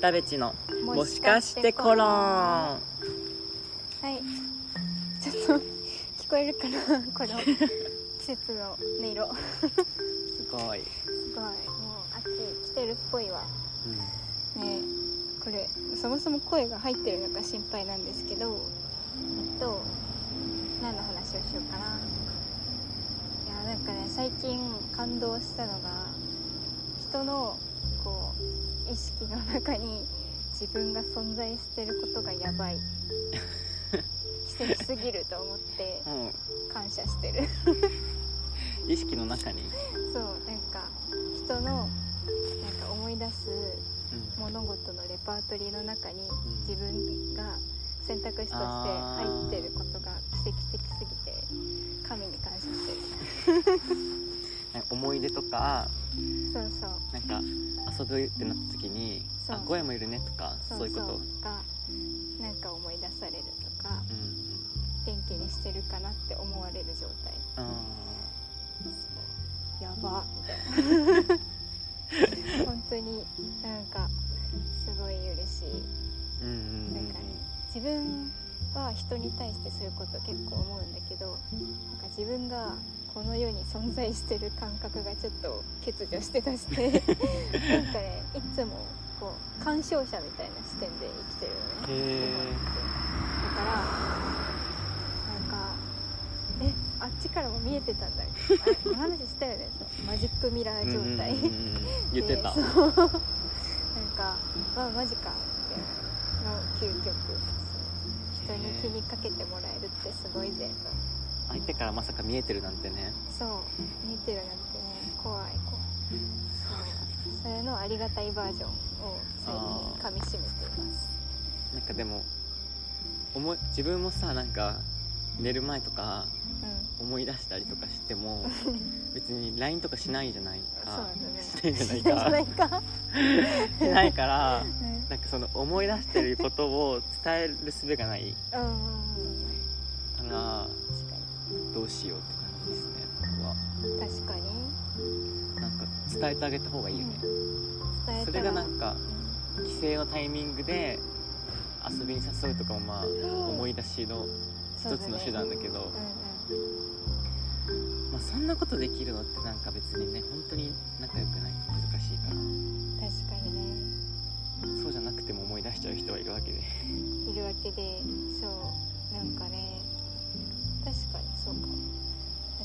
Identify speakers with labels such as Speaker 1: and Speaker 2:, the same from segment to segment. Speaker 1: 田ベチのもしかしてコロンは
Speaker 2: はいちょっと聞こえるかなこの季節の音色す
Speaker 1: すごい、
Speaker 2: ごいもう秋来てるっぽいわねこれそもそも声が入ってるのか心配なんですけどえっと何の話をしようかないやなんかね最近感動したのが人のこう意識の中に自分が存在してることがやばい奇跡すぎると思って
Speaker 1: うん、も
Speaker 2: 感謝してる
Speaker 1: う意識の中に、
Speaker 2: そうなんか人のなんか思い出す
Speaker 1: うん
Speaker 2: 物事のレパートリーの中に
Speaker 1: ん
Speaker 2: 自分が選択肢として入ってることが奇跡的すぎて神に感謝してる
Speaker 1: なんか思い出とか
Speaker 2: そうそう
Speaker 1: なんか遊ぶってなった時に「
Speaker 2: そう
Speaker 1: あゴヤもいるね」とか
Speaker 2: そう
Speaker 1: そういうこ
Speaker 2: そ
Speaker 1: と
Speaker 2: うがなんか思い出されるとか
Speaker 1: うん
Speaker 2: 元気にしてるかなって思われる状態
Speaker 1: うん
Speaker 2: や ばみたいな本当になんかすごい嬉しい
Speaker 1: うんうんうん
Speaker 2: なんかね自分は人に対してそういうこと結構思うんだけどなんか自分がこの世に存在してる感覚がちょっと欠如してたしてな んかねいつもこう鑑賞者みたいな視点で生きてるのね
Speaker 1: へ
Speaker 2: だからなんかえあっちからも見えてたんだあお話ししたよねそうマジックミラ
Speaker 1: え
Speaker 2: ー状態
Speaker 1: うんうんうんうん言ってた、
Speaker 2: でそうなんか「わマジか」みたいなの究極人に気にかけてもらえるってすごいぜ
Speaker 1: 相手からまさか見えてるなんてね
Speaker 2: そう見えてるなんてね怖い怖いそうそれのありがたいバージョンを最近かみしめています
Speaker 1: なんかでも思い自分もさなんか寝る前とか
Speaker 2: うん
Speaker 1: 思い出したりとかして も別に LINE とかしないじゃない
Speaker 2: そう
Speaker 1: か
Speaker 2: なんだね
Speaker 1: してんじゃないか
Speaker 2: してんじゃないか
Speaker 1: しない から
Speaker 2: うん
Speaker 1: なんかその思い出してることを伝える術がない
Speaker 2: うんうんうん
Speaker 1: からどうしようって感じです
Speaker 2: 確
Speaker 1: ね
Speaker 2: かに確かに
Speaker 1: 僕はなんか伝えてあげた方がいいよね
Speaker 2: 伝えたら
Speaker 1: それがなんか
Speaker 2: うん
Speaker 1: 帰省のタイミングで遊びに誘うとかもまあ思い出しの一つの手段だけど
Speaker 2: そうだねうんうん
Speaker 1: まあ、そんなことできるのってなんか別にね本当に仲良くないと難しいから
Speaker 2: 確かにね
Speaker 1: そうじゃなくても思い出しちゃう人はいるわけで
Speaker 2: いるわけでそうなんかね確かにそうかも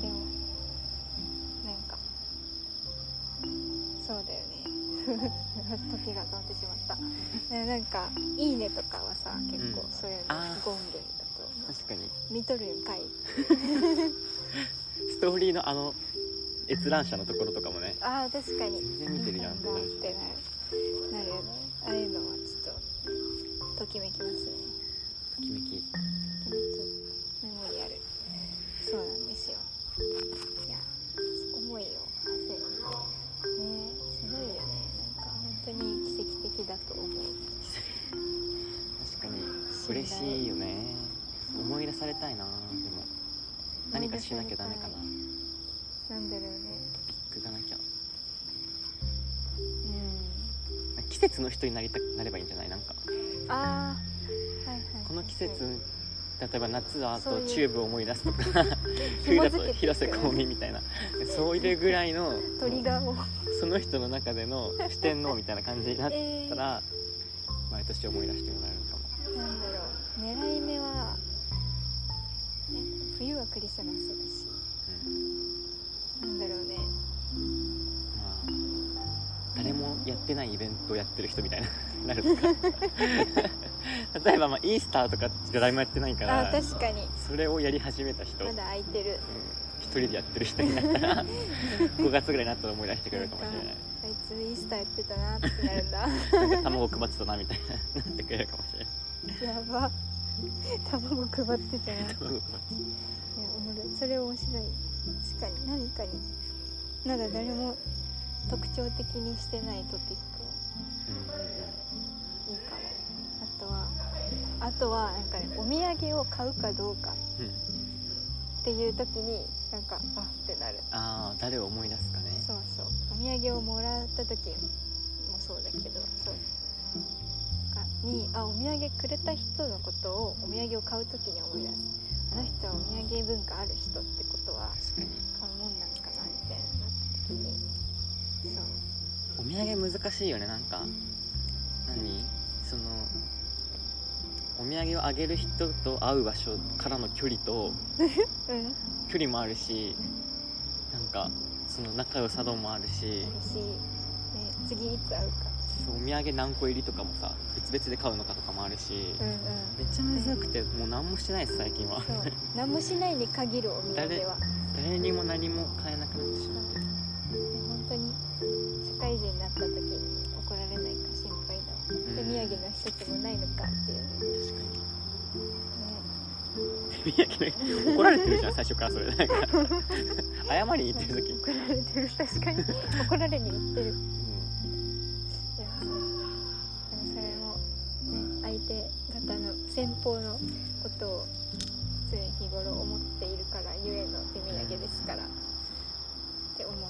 Speaker 2: でもなんかそうだよね 時が止まってしまったでもなんか「いいね」とかはさ結構
Speaker 1: うん
Speaker 2: そういうの
Speaker 1: あー
Speaker 2: ゴングだと思
Speaker 1: 確かに
Speaker 2: う見とるんかい
Speaker 1: ストーリーのあの閲覧者のところとかもね
Speaker 2: ああ確かに
Speaker 1: 全然見てるやんって
Speaker 2: な
Speaker 1: な
Speaker 2: っ
Speaker 1: るして
Speaker 2: なるなるよねああいうのはちょっとときめきますね
Speaker 1: ときめき
Speaker 2: メモリアルそうなんですよいや思いを馳せるねすごいよねなんか本当に奇跡的だと思う
Speaker 1: 確かに嬉しいよね思い出されたいなでも何かしなきゃダメかな
Speaker 2: なんだろうね
Speaker 1: ピックがなきゃ
Speaker 2: う
Speaker 1: 季節の人になりたなればいいんじゃないなんか
Speaker 2: んああはいはいはい
Speaker 1: この季節例えば夏だ
Speaker 2: そう
Speaker 1: と
Speaker 2: いう
Speaker 1: チューブを思い出す とか冬だと広瀬香美みたいなそういうぐらいの
Speaker 2: トリガーを
Speaker 1: その人の中での四天王みたいな感じになっ
Speaker 2: え
Speaker 1: た
Speaker 2: ー、
Speaker 1: ら毎年思い出してもらえるかも
Speaker 2: なんだろう狙い目はね冬はクリスマスだし
Speaker 1: うん
Speaker 2: なんだろうね
Speaker 1: まあ誰もやってないイベントをやってる人みたいなな るとか例えばまあイースターとか誰もやってないか
Speaker 2: あ
Speaker 1: ら
Speaker 2: あ確かに
Speaker 1: それをやり始めた人
Speaker 2: ま
Speaker 1: うん
Speaker 2: だ空いてる
Speaker 1: 一人でやってる人になっ たら5月ぐらいになったら思い出してくれるかもしれない
Speaker 2: あいつイースターやってたなってなるん だ
Speaker 1: なんか卵配ってたなみたいななってくれるかもしれない
Speaker 2: やば卵配ってたなね
Speaker 1: 卵配って
Speaker 2: おもろいそれ面白い確かに何かにまだ誰も特徴的にしてないトピックいいかもあとはあとはなんかねお土産を買うかどうか
Speaker 1: うんうんうん
Speaker 2: っていう時になんかあってなる
Speaker 1: ああ誰を思い出すかね
Speaker 2: そうそうお土産をもらった時もそうだけどそうにあお土産くれた人のことをお土産を買う時に思い出すあの人はお土産文化ある人ってことは
Speaker 1: 確かに
Speaker 2: 買うもんなんかなみたいになった時にそう
Speaker 1: お土産難しいよねなんか何そのお土産をあげる人と会う場所からの距離と
Speaker 2: うん
Speaker 1: 距離もあるしなんかその仲良さ度もある
Speaker 2: 嬉
Speaker 1: し
Speaker 2: しいね次いつ会うか
Speaker 1: そうお土産何個入りとかもさ別々で買うのかとかもあるし
Speaker 2: うんうん
Speaker 1: めっちゃむずくてもう何もしてないです最近は
Speaker 2: そう何もしないに限るお土産は、
Speaker 1: 誰
Speaker 2: ね、
Speaker 1: 誰にも何も買えなくなってしまって
Speaker 2: 本当に社会人になった時に怒られないか心配だわ
Speaker 1: う
Speaker 2: 手
Speaker 1: ん
Speaker 2: 土産の一つもないのかっていうね
Speaker 1: 確かに宮城ね怒られてるじゃん最初からそれなんか謝りに行ってる時、うん、
Speaker 2: 怒られてる確かに怒られに行ってるいやーでもそれもね相手方の先方のことを常日頃思っているからゆえの手土産ですからって思うな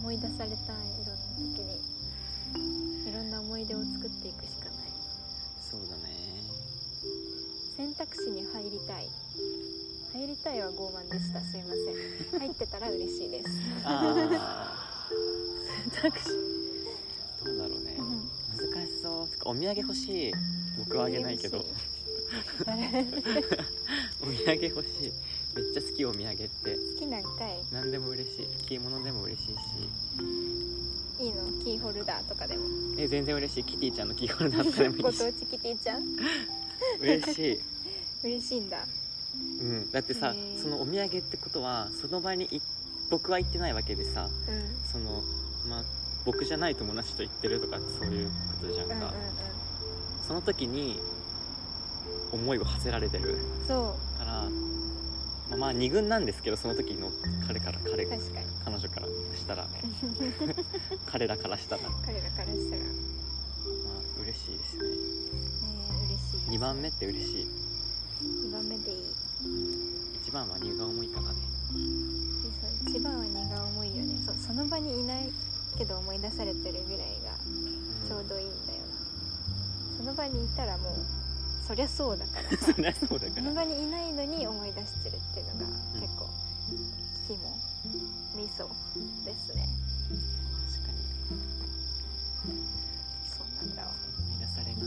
Speaker 2: 思い出されたいいろんな時にいろんな思い出を作っていくしかない
Speaker 1: そうだね
Speaker 2: 選択肢に入りたい入りたいは傲慢でしたすいません入ってたら嬉しいです
Speaker 1: ああ選択肢どうだろうね
Speaker 2: うん
Speaker 1: 難しそうてかお土産欲しい僕はあげないけどお
Speaker 2: 嬉
Speaker 1: 土
Speaker 2: しい
Speaker 1: 産欲しいめっちゃ好きお土産って
Speaker 2: 好きなんかい
Speaker 1: 何でも嬉しい着物でも嬉しいし
Speaker 2: いいのキーホルダーとかでも
Speaker 1: え全然嬉しいキティちゃんのキーホルダーとかで もい
Speaker 2: ご
Speaker 1: いし
Speaker 2: 当地キティちゃん
Speaker 1: 嬉しい
Speaker 2: 嬉しいんだ
Speaker 1: うん、だってさ
Speaker 2: へー
Speaker 1: そのお土産ってことはその場にい僕は行ってないわけでさ
Speaker 2: うんうん
Speaker 1: そのまあ僕じゃない友達と行ってるとかそういうことじゃんか、
Speaker 2: うんうん
Speaker 1: その時に思いを馳せられてる
Speaker 2: そ
Speaker 1: から、まあ、まあ二軍なんですけどその時の彼から彼
Speaker 2: う確かに
Speaker 1: 彼女からしたら彼らからしたら、ま
Speaker 2: 彼らからしたらね
Speaker 1: あ、嬉しいですよね
Speaker 2: 嬉しい
Speaker 1: 2番目って嬉しい、
Speaker 2: 2番目でいい
Speaker 1: うん、1番は二が重いからね
Speaker 2: でそう一番は荷が重いよねそうその場にいないけど思い出されてるぐらいが
Speaker 1: ん
Speaker 2: ちょうどいいんだよなその場にいたらもうそりゃそうだから
Speaker 1: そりゃそうだ
Speaker 2: そ
Speaker 1: から
Speaker 2: の場にいないのに思い出してるっていうのが結構肝味噌ですね
Speaker 1: 確かに
Speaker 2: そうなんだわ
Speaker 1: 思い出されな
Speaker 2: 思い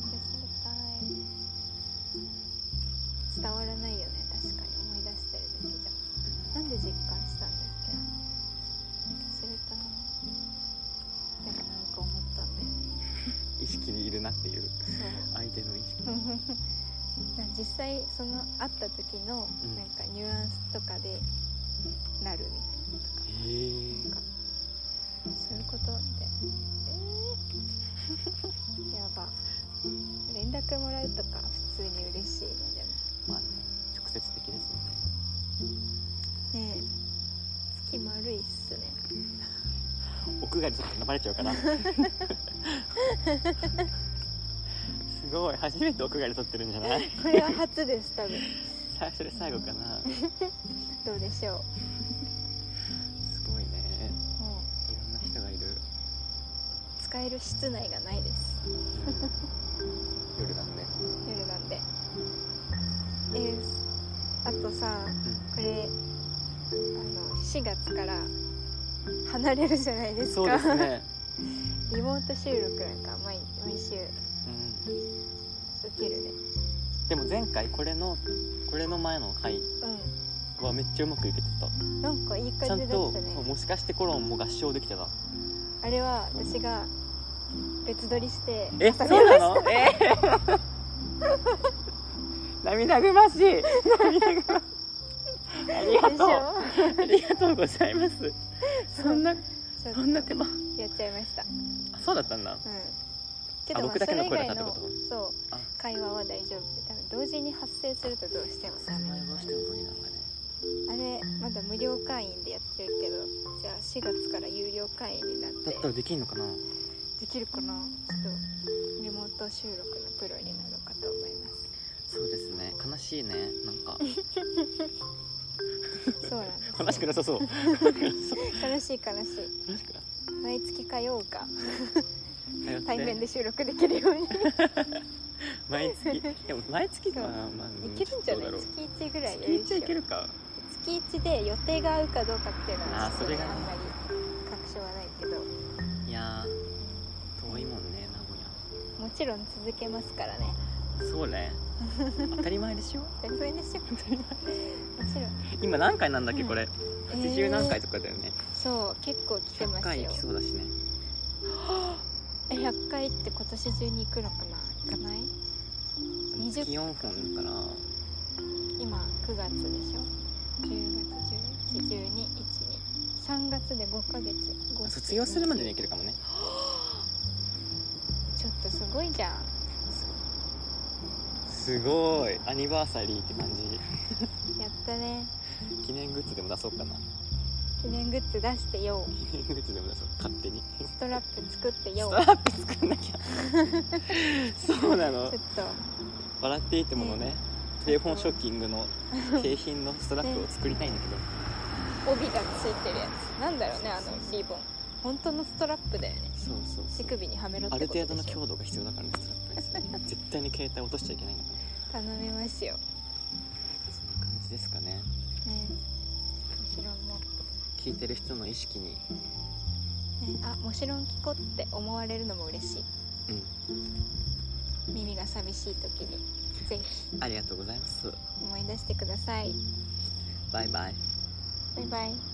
Speaker 2: 出されたい伝わらないよね確かに思い出してるだけじゃなんで実感したんですけど忘れたなでもなんか思ったんだよね
Speaker 1: 意識にいるなっていう
Speaker 2: そう
Speaker 1: 相手の意 識
Speaker 2: 実際その会った時の
Speaker 1: うん
Speaker 2: なんかニュアンスとかでなるみ
Speaker 1: へえ
Speaker 2: たいなとかそういうことみたいなえー やば連絡もらうとか普通に嬉しいね
Speaker 1: まあね直接的ですね
Speaker 2: でもねえ月丸いっすね
Speaker 1: 屋外でちょっとバレちゃうからすごい初めて屋外で撮ってるんじゃない
Speaker 2: これは初です多分
Speaker 1: 最初で最後かなす
Speaker 2: どうでしょう
Speaker 1: ごいね
Speaker 2: も
Speaker 1: いろんな人がい る、
Speaker 2: う使える室内がないです
Speaker 1: 夜なんで
Speaker 2: 夜なんでえーあとさこれあの4月から離れるじゃないですか
Speaker 1: そうですね
Speaker 2: リモート収録なんか毎毎週
Speaker 1: うん
Speaker 2: 受けるね
Speaker 1: でも前回これのこれの前の回はめっちゃうまくいけてた
Speaker 2: うんなんかいい
Speaker 1: ちゃ
Speaker 2: 感じ
Speaker 1: ん
Speaker 2: だ
Speaker 1: と
Speaker 2: ったね
Speaker 1: そうもしかしてコロンも合唱できてた
Speaker 2: あれは私が別撮りして
Speaker 1: え、そうなの？えー涙ぐましい。涙ぐましい。ありが
Speaker 2: でし
Speaker 1: とう。あ
Speaker 2: ょ
Speaker 1: りがとうございます。そんな
Speaker 2: ちょっと
Speaker 1: そんな手間。
Speaker 2: やっちゃいましたうん
Speaker 1: あそうだったんだ。
Speaker 2: けどま
Speaker 1: 僕だけの
Speaker 2: それ以
Speaker 1: 声だ
Speaker 2: 外
Speaker 1: ったっ
Speaker 2: の
Speaker 1: てこと
Speaker 2: そ
Speaker 1: あ
Speaker 2: う会話は大丈夫多分同時に発生するとどうしてもダメ
Speaker 1: どうしても無理なんだね。
Speaker 2: あれまだ無料会員でやってるけどじゃあ4月から有料会員になっ
Speaker 1: だ
Speaker 2: て
Speaker 1: ったらできんのかな？
Speaker 2: できるかなちょっとリモート収録のプロになろうかと思いま
Speaker 1: そうですね。悲しいね。なんか
Speaker 2: すそうなんです
Speaker 1: 悲しくなさそう。悲しそ
Speaker 2: 悲
Speaker 1: う
Speaker 2: しい悲しい
Speaker 1: 悲しくな。
Speaker 2: 毎月通うか
Speaker 1: 通って
Speaker 2: 対面で収録できるように
Speaker 1: 毎月でも毎月かな、まあ、
Speaker 2: いけるんじゃない
Speaker 1: どうだろう
Speaker 2: 月1ぐらいで
Speaker 1: 月一はいけるか
Speaker 2: 月1で予定が合うかどうかっていうのは
Speaker 1: あー
Speaker 2: ちょっとね
Speaker 1: それがね
Speaker 2: あんまり確証はないけど
Speaker 1: いやー遠いもんね名古
Speaker 2: もちろん続けますから ね
Speaker 1: 屋そうね当たり前で しょ
Speaker 2: 全然でしょもちろん
Speaker 1: 今何回なんだっけこれ、
Speaker 2: うん
Speaker 1: 80何回とかだよね、
Speaker 2: そう結構来てま
Speaker 1: 100
Speaker 2: すよ
Speaker 1: 回行きそうだしね
Speaker 2: え100回って今年中に行くのかな行かない20
Speaker 1: 気4本だから
Speaker 2: 今9月でしょ10月111123月で5ヶ月5
Speaker 1: 卒業するまでに
Speaker 2: ね
Speaker 1: 行けるかもね
Speaker 2: ちょっとすごいじゃん
Speaker 1: すごいアニバーサリーって感じ
Speaker 2: やったね
Speaker 1: 記念グッズでも出そうかな
Speaker 2: 記念グッズ出してよ
Speaker 1: 記念グッズでも出そう勝手に
Speaker 2: ストラップ作って
Speaker 1: ス
Speaker 2: よ
Speaker 1: トラップ作んなきゃ そうなの
Speaker 2: ちょっと
Speaker 1: 笑っていいとものねテレフォンショッキングの景品のストラップを作りたいんだけど
Speaker 2: 帯がついてるやつなんだろうねあのリボン本当のストラップだよね
Speaker 1: そうそう
Speaker 2: 乳首にはめろって
Speaker 1: あ
Speaker 2: ことでしょ
Speaker 1: る程度の強度が必要だからねストラップですね絶対に携帯落としちゃいけないんだから
Speaker 2: 頼みますよね
Speaker 1: そんな感じですかね
Speaker 2: もしろんも、ね、
Speaker 1: 聞いてる人の意識に
Speaker 2: あもしろん聞こうって思われるのも嬉しい
Speaker 1: うん
Speaker 2: 耳が寂しい時にぜひ
Speaker 1: ありがとうございます
Speaker 2: 思い出してください
Speaker 1: バイバイ
Speaker 2: バイバイ